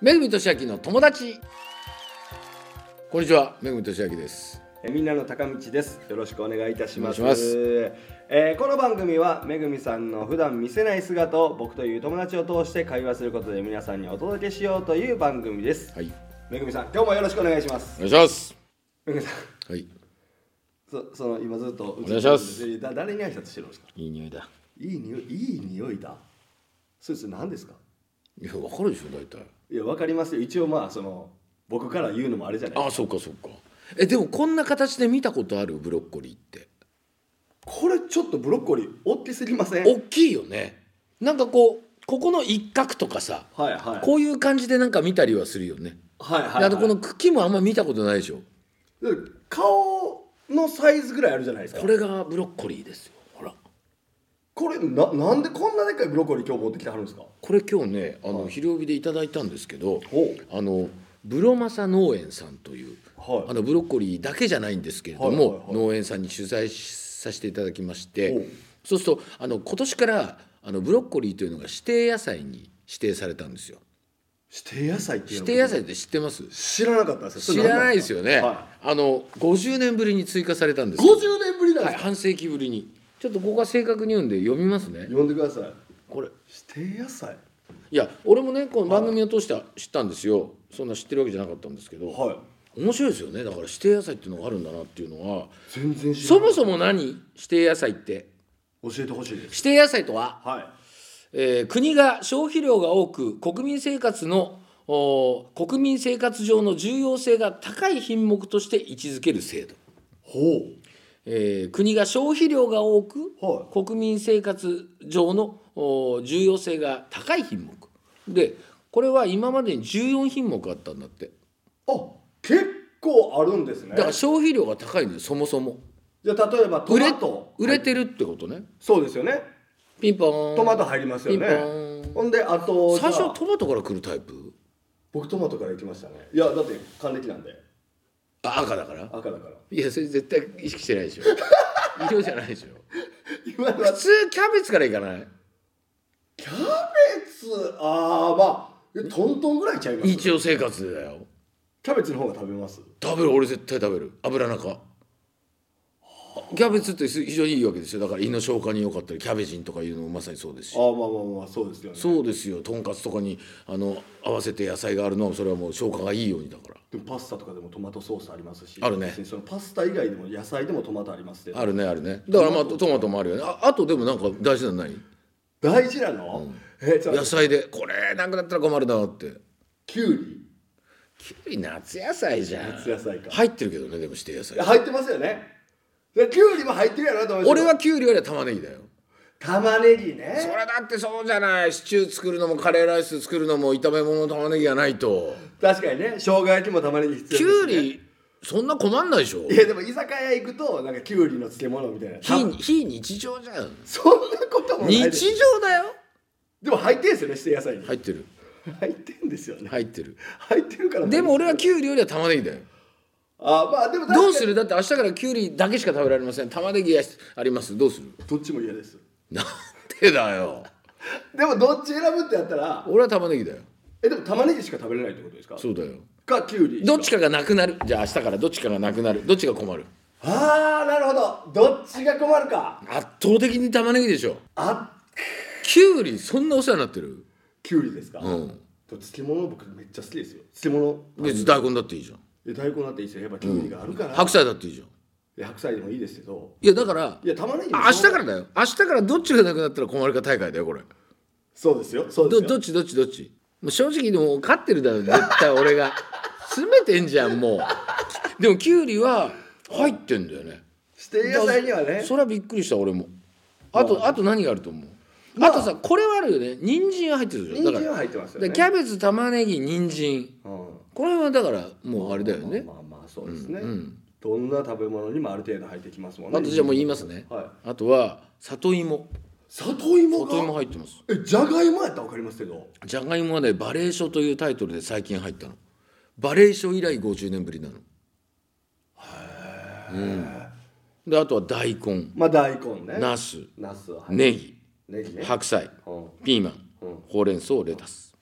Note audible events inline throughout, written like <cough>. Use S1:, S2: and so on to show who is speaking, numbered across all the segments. S1: めぐみとしあきの友達こんにちはめぐみとしあきです
S2: えみんなの高道です。よろしくお願いいたします。
S1: お願いします
S2: えーこの番組はめぐみさんの普段見せない姿を僕という友達を通して会話することで皆さんにお届けしようという番組です。
S1: はい
S2: めぐみさん、今日もよろしくお願いします
S1: お。願いします
S2: めぐみさん、
S1: はい
S2: そその今ずっとお
S1: 願いします。
S2: だ誰に挨拶してるんですか。
S1: いい匂いだ
S2: いい匂いいい匂いだ。そうです。何ですか。
S1: いやわかるでしょ大体
S2: いやわかりますよ。一応まあその僕から言うのもあれじゃない。
S1: ああそうかそうかえでもこんな形で見たことあるブロッコリーって
S2: これちょっとブロッコリー大きすぎません。
S1: 大きいよねなんかこうここの一角とかさ
S2: はいはい。
S1: こういう感じでなんか見たりはするよね
S2: はいはい、はい。
S1: であとこの茎もあんま見たことないでしょ
S2: 顔のサイズぐらいあるじゃないですか
S1: これがブロッコリーですよほら
S2: これななんでこんなでっかいブロッコリー今日持ってきてはるんですか
S1: これ今日ねあの
S2: はい
S1: 昼帯でいただいたんですけど
S2: ほ
S1: あのブロマサ農園さんという
S2: はい
S1: あのブロッコリーだけじゃないんですけれど
S2: はいはい
S1: も
S2: はい
S1: 農園さんに取材しさせていただきまし
S2: お
S1: て
S2: う
S1: そうするとあの今年からあのブロッコリーというのが指定野菜に指定されたんですよ
S2: 指定野菜っていう
S1: 指
S2: の
S1: 定野菜って知ってます
S2: 知らなかったです
S1: 知らないですよね、
S2: は
S1: あの50年ぶりに追加されたんで
S2: い、
S1: すけど
S2: 50年ぶりなん
S1: は
S2: です
S1: い、
S2: か、
S1: 半世紀ぶりにちょっとここは正確に読んで読みますね
S2: 呼んでください
S1: これ
S2: 指定野菜
S1: いや俺もねこの番組を通して知ったんですよそんな知ってるわけじゃなかったんですけど、
S2: はい
S1: 面白いですよねだから指定野菜っていうのがあるんだなっていうのは
S2: 全然知ら
S1: そ
S2: ない
S1: もそも何指定野菜って
S2: 教えてほしいです
S1: 指定野菜とは、
S2: はい
S1: えー国が消費量が多く国民生活のおー国民生活上の重要性が高い品目として位置づける制度、
S2: ほ
S1: えー国が消費量が多く、
S2: は
S1: 国民生活上のおー重要性が高い品目でこれは今までに14品目あったんだって
S2: うあ結構あるんですね
S1: だから消費量が高いのよそもそも
S2: じゃあ例えばト
S1: 売れ
S2: マト
S1: 売れてるってことね
S2: そうですよね
S1: ピンポーン
S2: トマト入りますよ
S1: ピンポ
S2: ね
S1: ーン
S2: ほんであと
S1: 最初
S2: じゃ
S1: は
S2: あ
S1: トマトから来るタイプ
S2: 僕トマトからいきましたねいやだって還暦なんで
S1: あ赤だから
S2: 赤だから
S1: いやそれ絶対意識してない <laughs> でしょ色じゃないでしょ
S2: 今の
S1: 普通キャベツからいかない
S2: キャベツああまあえトントンぐらいちゃいます
S1: 日常生活でだよ
S2: キャベツの方が食べます
S1: 食べる俺絶対食べる油中キャベツって非常にいいわけですよだから胃の消化に良かったりキャベジンとかいうのもまさにそうです
S2: あ
S1: し
S2: あまあまあまあそうですよね
S1: そうですよとんかつとかにあの合わせて野菜があるのはそれはもう消化がいいようにだから
S2: でもパスタとかでもトマトソースありますし
S1: あるね
S2: 別にそのパスタ以外でも野菜でもトマトありますって
S1: あるねあるねだからまあトマトもあるよねああとでもなんか大事なの何
S2: 大事なの、えじゃあ
S1: 野菜でこれなくなったら困るなって
S2: きゅうり
S1: キュウリ夏野菜じゃん
S2: 夏野菜か
S1: 入ってるけどねでも指定野菜
S2: 入ってますよねできゅうりも入ってるやろと思います
S1: 俺はキュウリよりは玉ねぎだよ
S2: 玉ねぎ
S1: そ
S2: ね
S1: れだってそうじゃないシチュー作るのもカレーライス作るのも炒め物の玉ねぎがないと
S2: 確かにね生姜焼きも玉ねぎ必要
S1: キュウ
S2: ですね
S1: リそんな困んないでしょ
S2: いやでも居酒屋行くとなんかきゅうりの漬物みたいな
S1: 非非日常じゃん
S2: そんなこともない
S1: 日
S2: です
S1: 常だよ
S2: でも入ってんですよね指定野菜に、
S1: 入ってる
S2: 入ってんですよね
S1: 入ってる
S2: 入ってるから
S1: でも俺は
S2: ュ
S1: キュウリよりは玉ねぎだよ
S2: あまあでも確かに
S1: どうするだって明日からキュウリだけしか食べられません玉ねぎがありますどうする
S2: どっちも嫌です
S1: なんでだよ
S2: でもどっち選ぶってやったら
S1: 俺は玉ねぎだよ
S2: えでも玉ねぎしか食べれないってことですか
S1: そうだよ
S2: かきゅうり
S1: どっちかがなくなるじゃあ明日からどっちかがなくなるどっちが困る
S2: ああなるほどどっちが困るか
S1: 圧倒的に玉ねぎでしょ
S2: あ
S1: キュウリそんなお世話になってる
S2: きゅうりですか、
S1: うん
S2: と漬物僕めっちゃ好きですよ漬物
S1: 別に大根だっていいじゃん
S2: え大根だっていいですよやっぱきゅうりがあるから、
S1: 白菜だっていいじゃん
S2: いや白菜でもいいですけど
S1: いやだから
S2: いや玉ねぎも
S1: あ明日からだよ明日からどっちがなくなったら困るか大会だよこれ
S2: そうですよそうです
S1: ど
S2: よ
S1: どっちどっちどっちもう正直でも勝ってるだろ絶対俺が <laughs> 詰めてんじゃんもうでもキュウリは入ってんだよね
S2: 指定野菜にはね
S1: それはびっくりした俺もあとあと何があると思う、
S2: まあ
S1: あ、とさこれはあるよね人参は入ってるでしょ
S2: 人
S1: だから
S2: 参は入ってますよ
S1: で
S2: ね
S1: キャベツ玉ねぎ人参
S2: うん
S1: これはだからもうあれだよね
S2: まあまあそうですね、
S1: うんうん
S2: どんな食べ物にもある程度入ってきますもんね
S1: あとじゃあもう言いますね、
S2: はい
S1: あとは里芋
S2: 里芋が
S1: 里芋入ってます
S2: えじゃがいもやったら分かりますけど
S1: じゃがいもはねバレー書というタイトルで最近入ったのバレー書以来50年ぶりなのへえ、うん、であとは大根
S2: まあ大根ね
S1: ナス
S2: ナスは
S1: ネギ
S2: ネギね
S1: 白菜
S2: うん
S1: ピーマンほうれん草レタス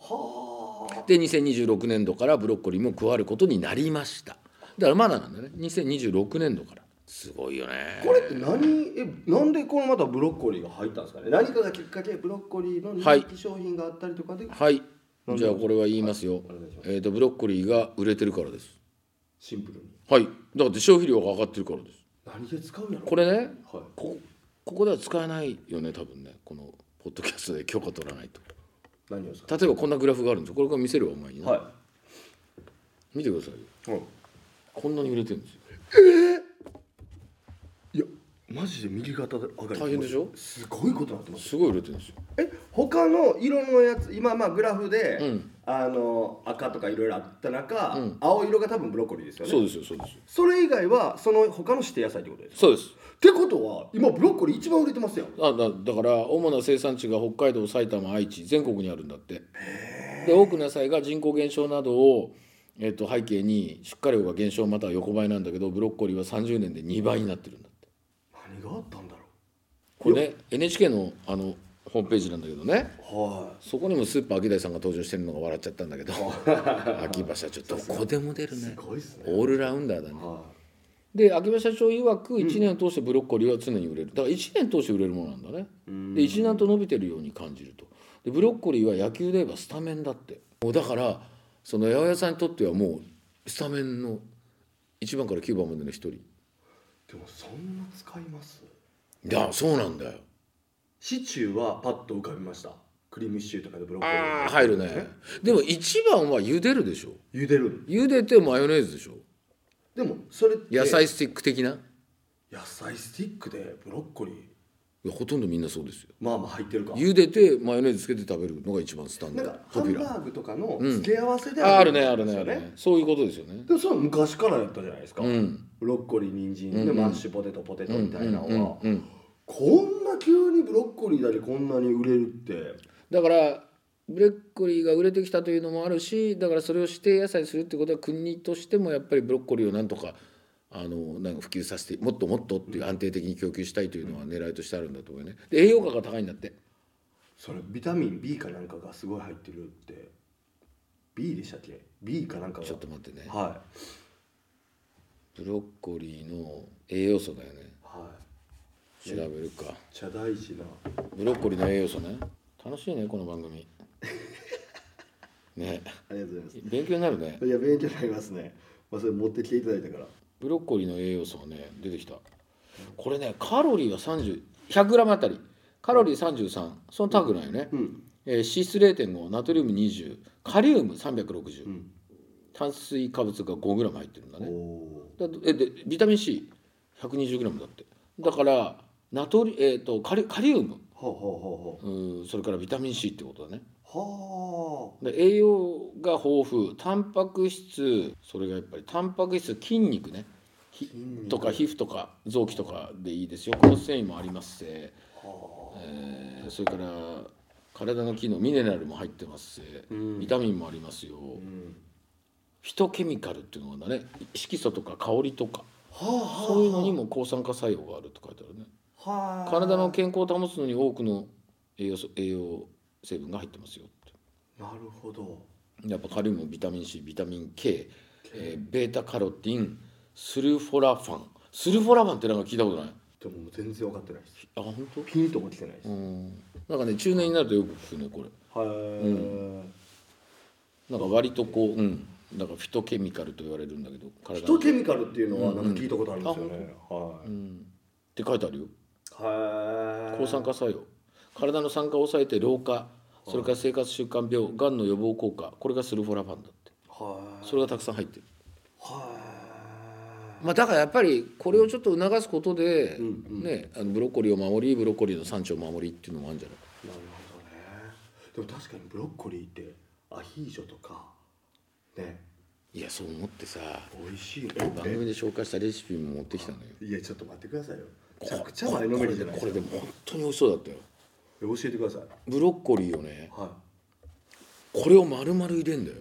S2: は
S1: で2026年度からブロッコリーも加わることになりましただからまだなんだね2026年度からすごいよね
S2: これって何えなんでこのまたブロッコリーが入ったんですかね何かがきっかけブロッコリーの
S1: はい
S2: 人気商品があったりとかで、
S1: はいじゃあこれは言いますよ、
S2: お願いしま
S1: えっ、とブロッコリーが売れてるからです
S2: シンプルに
S1: はいだって消費量が上がってるからです
S2: 何で使うんやろ
S1: これね
S2: はい
S1: こここでは使えないよね多分ねこのポッドキャストで許可取らないと
S2: 何をですか
S1: 例えばこんなグラフがあるんですよこれから見せるわお前にね、
S2: は
S1: 見てくださいよ
S2: い、うん、
S1: こんなに売れてるんですよ
S2: いやマジで右肩上がり
S1: 大変でしょ
S2: すごいことになってます
S1: すごい売れてるんですよ
S2: え他の色のやつ今まあグラフで、
S1: うん
S2: あの赤とかいろいろあった中、
S1: うん
S2: 青色が多分ブロッコリーですよね
S1: そうですよそうですよ
S2: それ以外はその他の指定野菜ってことです
S1: そうです
S2: ってことは今ブロッコリー一番売れてますよ
S1: あだだから主な生産地が北海道埼玉愛知全国にあるんだってで多くの野菜が人口減少などを、えっと、背景に出荷量が減少または横ばいなんだけどブロッコリーは30年で2倍になってるんだって
S2: 何があったんだろ
S1: これね NHK のあのホームページなんだけどね
S2: うは
S1: そこにもスーパーアキダイさんが登場してるのが笑っちゃったんだけ
S2: <laughs>
S1: ど秋葉社長どこでも出る
S2: いす
S1: ね
S2: ごいっすね
S1: オールラウンダーだね
S2: は
S1: で秋葉社長曰く1年を通してブロッコリーは常に売れるだから1年通して売れるものなんだね
S2: いうん
S1: で一段と伸びてるように感じるとでブロッコリーは野球で言えばスタメンだってもうだからその八百屋さんにとってはもうスタメンの1番から9番までの1人い
S2: でもそんな使います
S1: やそうなんだよ
S2: シチューはパッと浮かびましたクリームシチューとかでブロッコリー
S1: ああ入るねでも1番は茹でるでしょ
S2: 茹でる
S1: 茹でてマヨネーズでしょ
S2: でもそれって
S1: 野菜スティック的な、
S2: 野菜スティックでブロッコリー
S1: いやほとんどみんなそうですよ
S2: まあまあ入ってるか
S1: 茹でてマヨネーズつけて食べるのが一番スタンダ
S2: なん
S1: ード
S2: かハ
S1: ポピ
S2: ン
S1: ュラー
S2: バーグとかの
S1: ん
S2: 付け合わせで
S1: あある
S2: んで
S1: ね
S2: す
S1: あ
S2: よ
S1: るねあるねそういうことですよね
S2: でもそれは昔からやったじゃないですか、
S1: うん
S2: ブロッコリー人
S1: う
S2: 参
S1: ん
S2: で
S1: うん
S2: マッシュポテトポテトみたいなのは、
S1: うんうん
S2: こんな急にブロッコリーだけこんなに売れるって
S1: だからブレッコリーが売れてきたというのもあるしだからそれを指定野菜にするってことは国としてもやっぱりブロッコリーをなんとかあのなんか普及させてもっともっとっていう安定的に供給したいというのは狙いとしてあるんだと思うよねで栄養価が高いんだって
S2: それビタミン B かなんかがすごい入ってるって B でしたっけ B かなんかが
S1: ちょっと待ってね
S2: は
S1: ブロッコリーの栄養素だよね
S2: いは
S1: 調べるか
S2: い茶大事な
S1: ブロッコリーの栄養素ね楽しいねこの番組ね
S2: ありがとうございます
S1: 勉強になるね
S2: いや勉強になりますね、まあ、それ持ってきていただいたから
S1: ブロッコリーの栄養素がね出てきたこれねカロリーは3 0 1 0 0あたりカロリー33そのタグなんよね、
S2: うん
S1: えー脂質0.5ナトリウム20カリウム360、
S2: ん
S1: 炭水化物が 5g 入ってるんだ
S2: お
S1: ね
S2: お
S1: だえでビタミン C120g だってだからナトリ、えー、とカリカリウム
S2: はあは
S1: うーそれからビタミン C ってことだね
S2: あはあはあ
S1: で栄養が豊富タンパク質それがやっぱりタンパク質筋肉ねひ
S2: 筋肉
S1: とか皮膚とか臓器とかでいいですよ食物繊維もありますし、え
S2: はあ
S1: ーそれから体の機能ミネラルも入ってますし、
S2: うん
S1: ビタミンもありますよ、
S2: うん
S1: フィトケミカルっていうのがね色素とか香りとか
S2: はあはあ
S1: そういうのにも抗酸化作用があると書いてあるね
S2: はあ
S1: 体の健康を保つのに多くの栄養素栄養成分が入ってますよって
S2: なるほど
S1: やっぱカリウムビタミン C ビタミン K、えーベータカロテンスルフォラファンスルフォラファンってなんか聞いたことない
S2: でももう全然分かってないです
S1: あ本当
S2: ピンとも来てないです、
S1: うんなんかね中年になるとよく聞くねこれ
S2: はい、
S1: なんか割とこううんなんかフィトケミカルと言われるんだけど
S2: ヒ
S1: 体
S2: ト
S1: の
S2: ケミカルっていうのはなんか聞いたことあるんですよね、は
S1: うんって書いてあるよ
S2: い、はい
S1: 抗酸化作用体の酸化を抑えて老化それから生活習慣病がんの予防効果これがスルフォラファンだって
S2: はい
S1: それがたくさん入ってる、
S2: はい
S1: まあ、だからやっぱりこれをちょっと促すことで、
S2: うんうん
S1: ね、あのブロッコリーを守りブロッコリーの産地を守りっていうのもあるんじゃない
S2: なるほどねでも確かにブロッコリーってアヒージョとかね
S1: いやそう思ってさ
S2: 美味しいよ
S1: 番組で紹介したレシピも持ってきたのよ
S2: いやちょっと待ってくださいよめちゃくちゃ
S1: こ
S2: 前のめりじゃない
S1: れこ
S2: です
S1: れ
S2: か
S1: でも本当に美味しそうだったよ
S2: 教えてください
S1: ブロッコリーをね
S2: は
S1: これを丸々入れんだよ
S2: い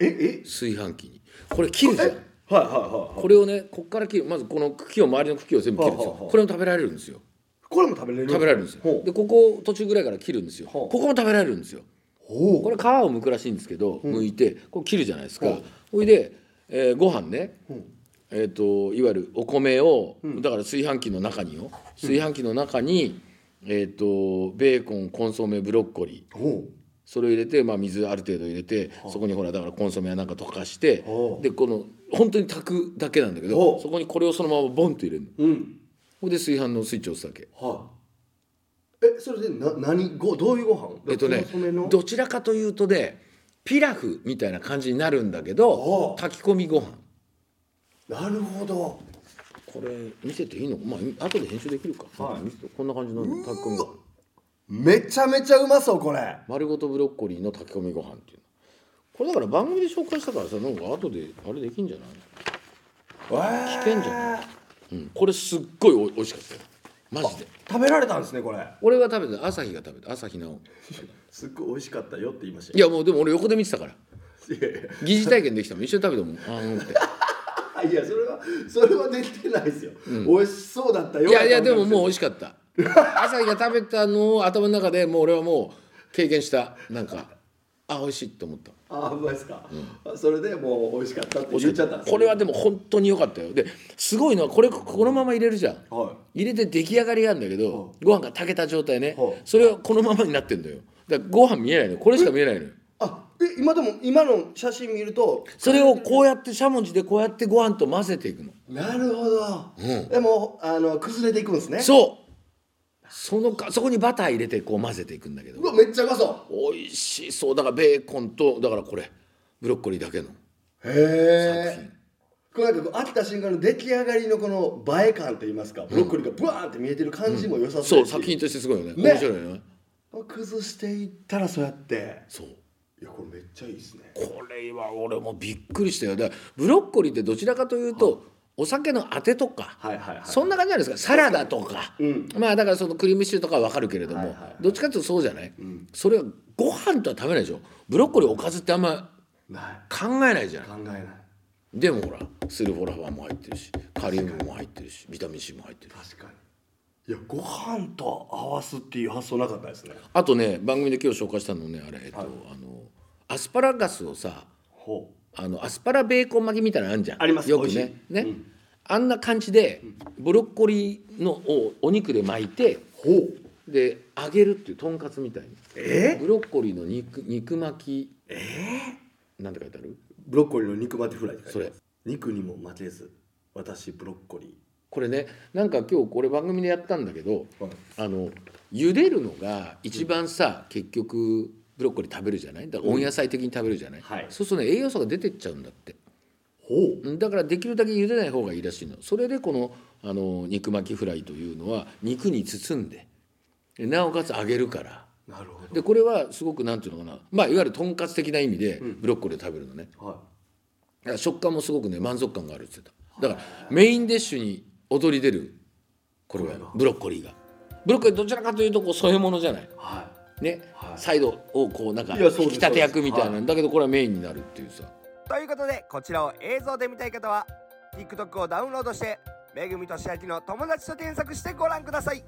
S2: え
S1: 炊飯器にこれ切る
S2: え
S1: じゃん
S2: えはいはいはいはい
S1: これをねこっから切るまずこの茎を周りの茎を全部切るんですよ
S2: はあはあはあ
S1: これも食べられるんですよ
S2: これも食べれる
S1: 食べられるんです
S2: ほ
S1: よ
S2: う
S1: でここ途中ぐらいから切るんですよ
S2: ほ
S1: こ
S2: う
S1: こも食べられるんですよ
S2: ほお
S1: これ皮を剥くらしいんですけど、剥いてこう切るじゃないですか、
S2: うん
S1: ほいで、えーご飯ね、
S2: うん
S1: えー、といわゆるお米を、だから炊飯器の中によ炊飯器の中に、えー、とベーコンコンソメブロッコリー
S2: お
S1: それを入れて、まあ、水ある程度入れてそこにほらだからコンソメやなんか溶かして
S2: ほう
S1: でこの本当に炊くだけなんだけ
S2: ほ
S1: ど
S2: う
S1: そこにこれをそのままボンと入れるの
S2: うん
S1: ほいで炊飯のスイッチ押すだけ。
S2: はいえそれでな何ごどういうご飯
S1: えっとね
S2: コンソメの
S1: どちらかというとねピラフみたいな感じになるんだけ
S2: お
S1: ど
S2: う
S1: 炊き込みご飯
S2: なるほど
S1: これ見せていいのまあ後で編集できるか、
S2: はい
S1: 見せてこんな感じの炊き込みご飯
S2: めちゃめちゃうまそうこれ
S1: 丸ごとブロッコリーの炊き込みご飯っていうのこれだから番組で紹介したからさなんか後であれできんじゃない、
S2: 危
S1: 険じゃうん、これすっごいお美味しかったよマジで
S2: 食べられたんですねこれ
S1: 俺は食べた朝日が食べた朝日奈央
S2: すっごい美味しかったよって言いまし
S1: いやもうでも俺横で見てたから
S2: いやいや
S1: 疑似体験できたもん一緒に食べたもんあーうん
S2: <laughs>
S1: って
S2: あいやそれはそれはできてないですよ、美味しそうだったよ
S1: いやいやでももう美
S2: う
S1: 味しかった朝日が食べたのを頭の中でもう俺はもう経験したなんかあ美味しいと思った
S2: あほんまですか、それでもう美味しかったって言っちゃったんですね
S1: これはでも本当に良かったよですごいのはこれこのまま入れるじゃん
S2: は
S1: 入れて出来上がりなんだけどご飯が炊けた状態ね
S2: はい
S1: それはこのままになってんだよだからご飯見えないのこれしか見えないのよ
S2: あえ今でも今の写真見ると
S1: それをこうやってしゃもじでこうやってご飯と混ぜていくの
S2: なるほど、でもあの崩れていくんですね
S1: そうそのかそこにバター入れてこう混ぜていくんだけど
S2: うわめっちゃうまそ
S1: 美味しそうだからベーコンとだからこれブロッコリーだけの
S2: うへ
S1: 作
S2: え
S1: 品
S2: これなんかこう飽きた瞬間の出来上がりのこの映え感といいますかブロッコリーがブワーンって見えてる感じも良さそ,、
S1: そうう作品としてすごいよね
S2: ね
S1: 面白いよね
S2: 崩していったらそうやって
S1: そう
S2: いやこれめっちゃいいですね
S1: これは俺もびっくりしたよだからブロッコリーってどちらかというとお酒のあてとか、
S2: はいはいはい
S1: そんな感じじゃないですかサラダとか、
S2: うん
S1: まあだからそのクリームシチューとかは分かるけれども、
S2: はいはいはい
S1: どっちかというとそうじゃない、
S2: ん
S1: それはご飯とは食べないでしょブロッコリーおかずってあんま
S2: ない
S1: 考えないじゃない
S2: 考えない
S1: でもほらスルフォラファンも入ってるしカリウムも入ってるしビタミン C も入ってる
S2: 確かにいやご飯と合わすっていう発想なかったですね
S1: あとね番組で今日紹介したのねあれ、えっとあのアスパラガスをさ
S2: ほ
S1: あのアスパラベーコン巻きみたいなのあるじゃん
S2: あります
S1: よく
S2: 美
S1: ね
S2: 味しい
S1: ね、
S2: うん
S1: あんな感じでブロッコリーのをお肉で巻いて
S2: うほう
S1: で揚げるっていうとんかつみたいに
S2: え
S1: ブロッコリーの肉肉巻き
S2: え
S1: なんて書いてある
S2: ブロッコリーの肉巻きフライって書いて
S1: それ
S2: 肉にも負けず私ブロッコリ
S1: これねなんか今日これ番組でやったんだけど
S2: ー、はい、
S1: あの茹でるのが一番さ、結局ブロッコリー食べるじゃないだから温野菜的に食べるじゃない、
S2: はい
S1: そうするとね栄養素が出てっちゃうんだって
S2: ほう
S1: うんだからできるだけ茹でない方がいいらしいのそれでこのあの肉巻きフライというのは肉に包んででなおかつ揚げるから
S2: なるほ
S1: でこれはすごくなんていうのかな、まあ、いわゆるとんかつ的な意味でブロッコリーを食べるのね、
S2: どは
S1: だから食感もすごくね満足感があるって言ってただからメインディッシュに躍り出るこれはブロッコリーがブロッコリーどちらかというとこう添え物じゃない
S2: いは
S1: ね、
S2: はい
S1: サイドをこうなんか
S2: い
S1: 引
S2: や
S1: き
S2: そうです
S1: 立て役みたい
S2: そう
S1: な
S2: で
S1: んだけどこれはメインになるっていうさ
S2: いということでこちらを映像で見たい方は TikTok をダウンロードしてめぐみとしあきの友達と検索してご覧ください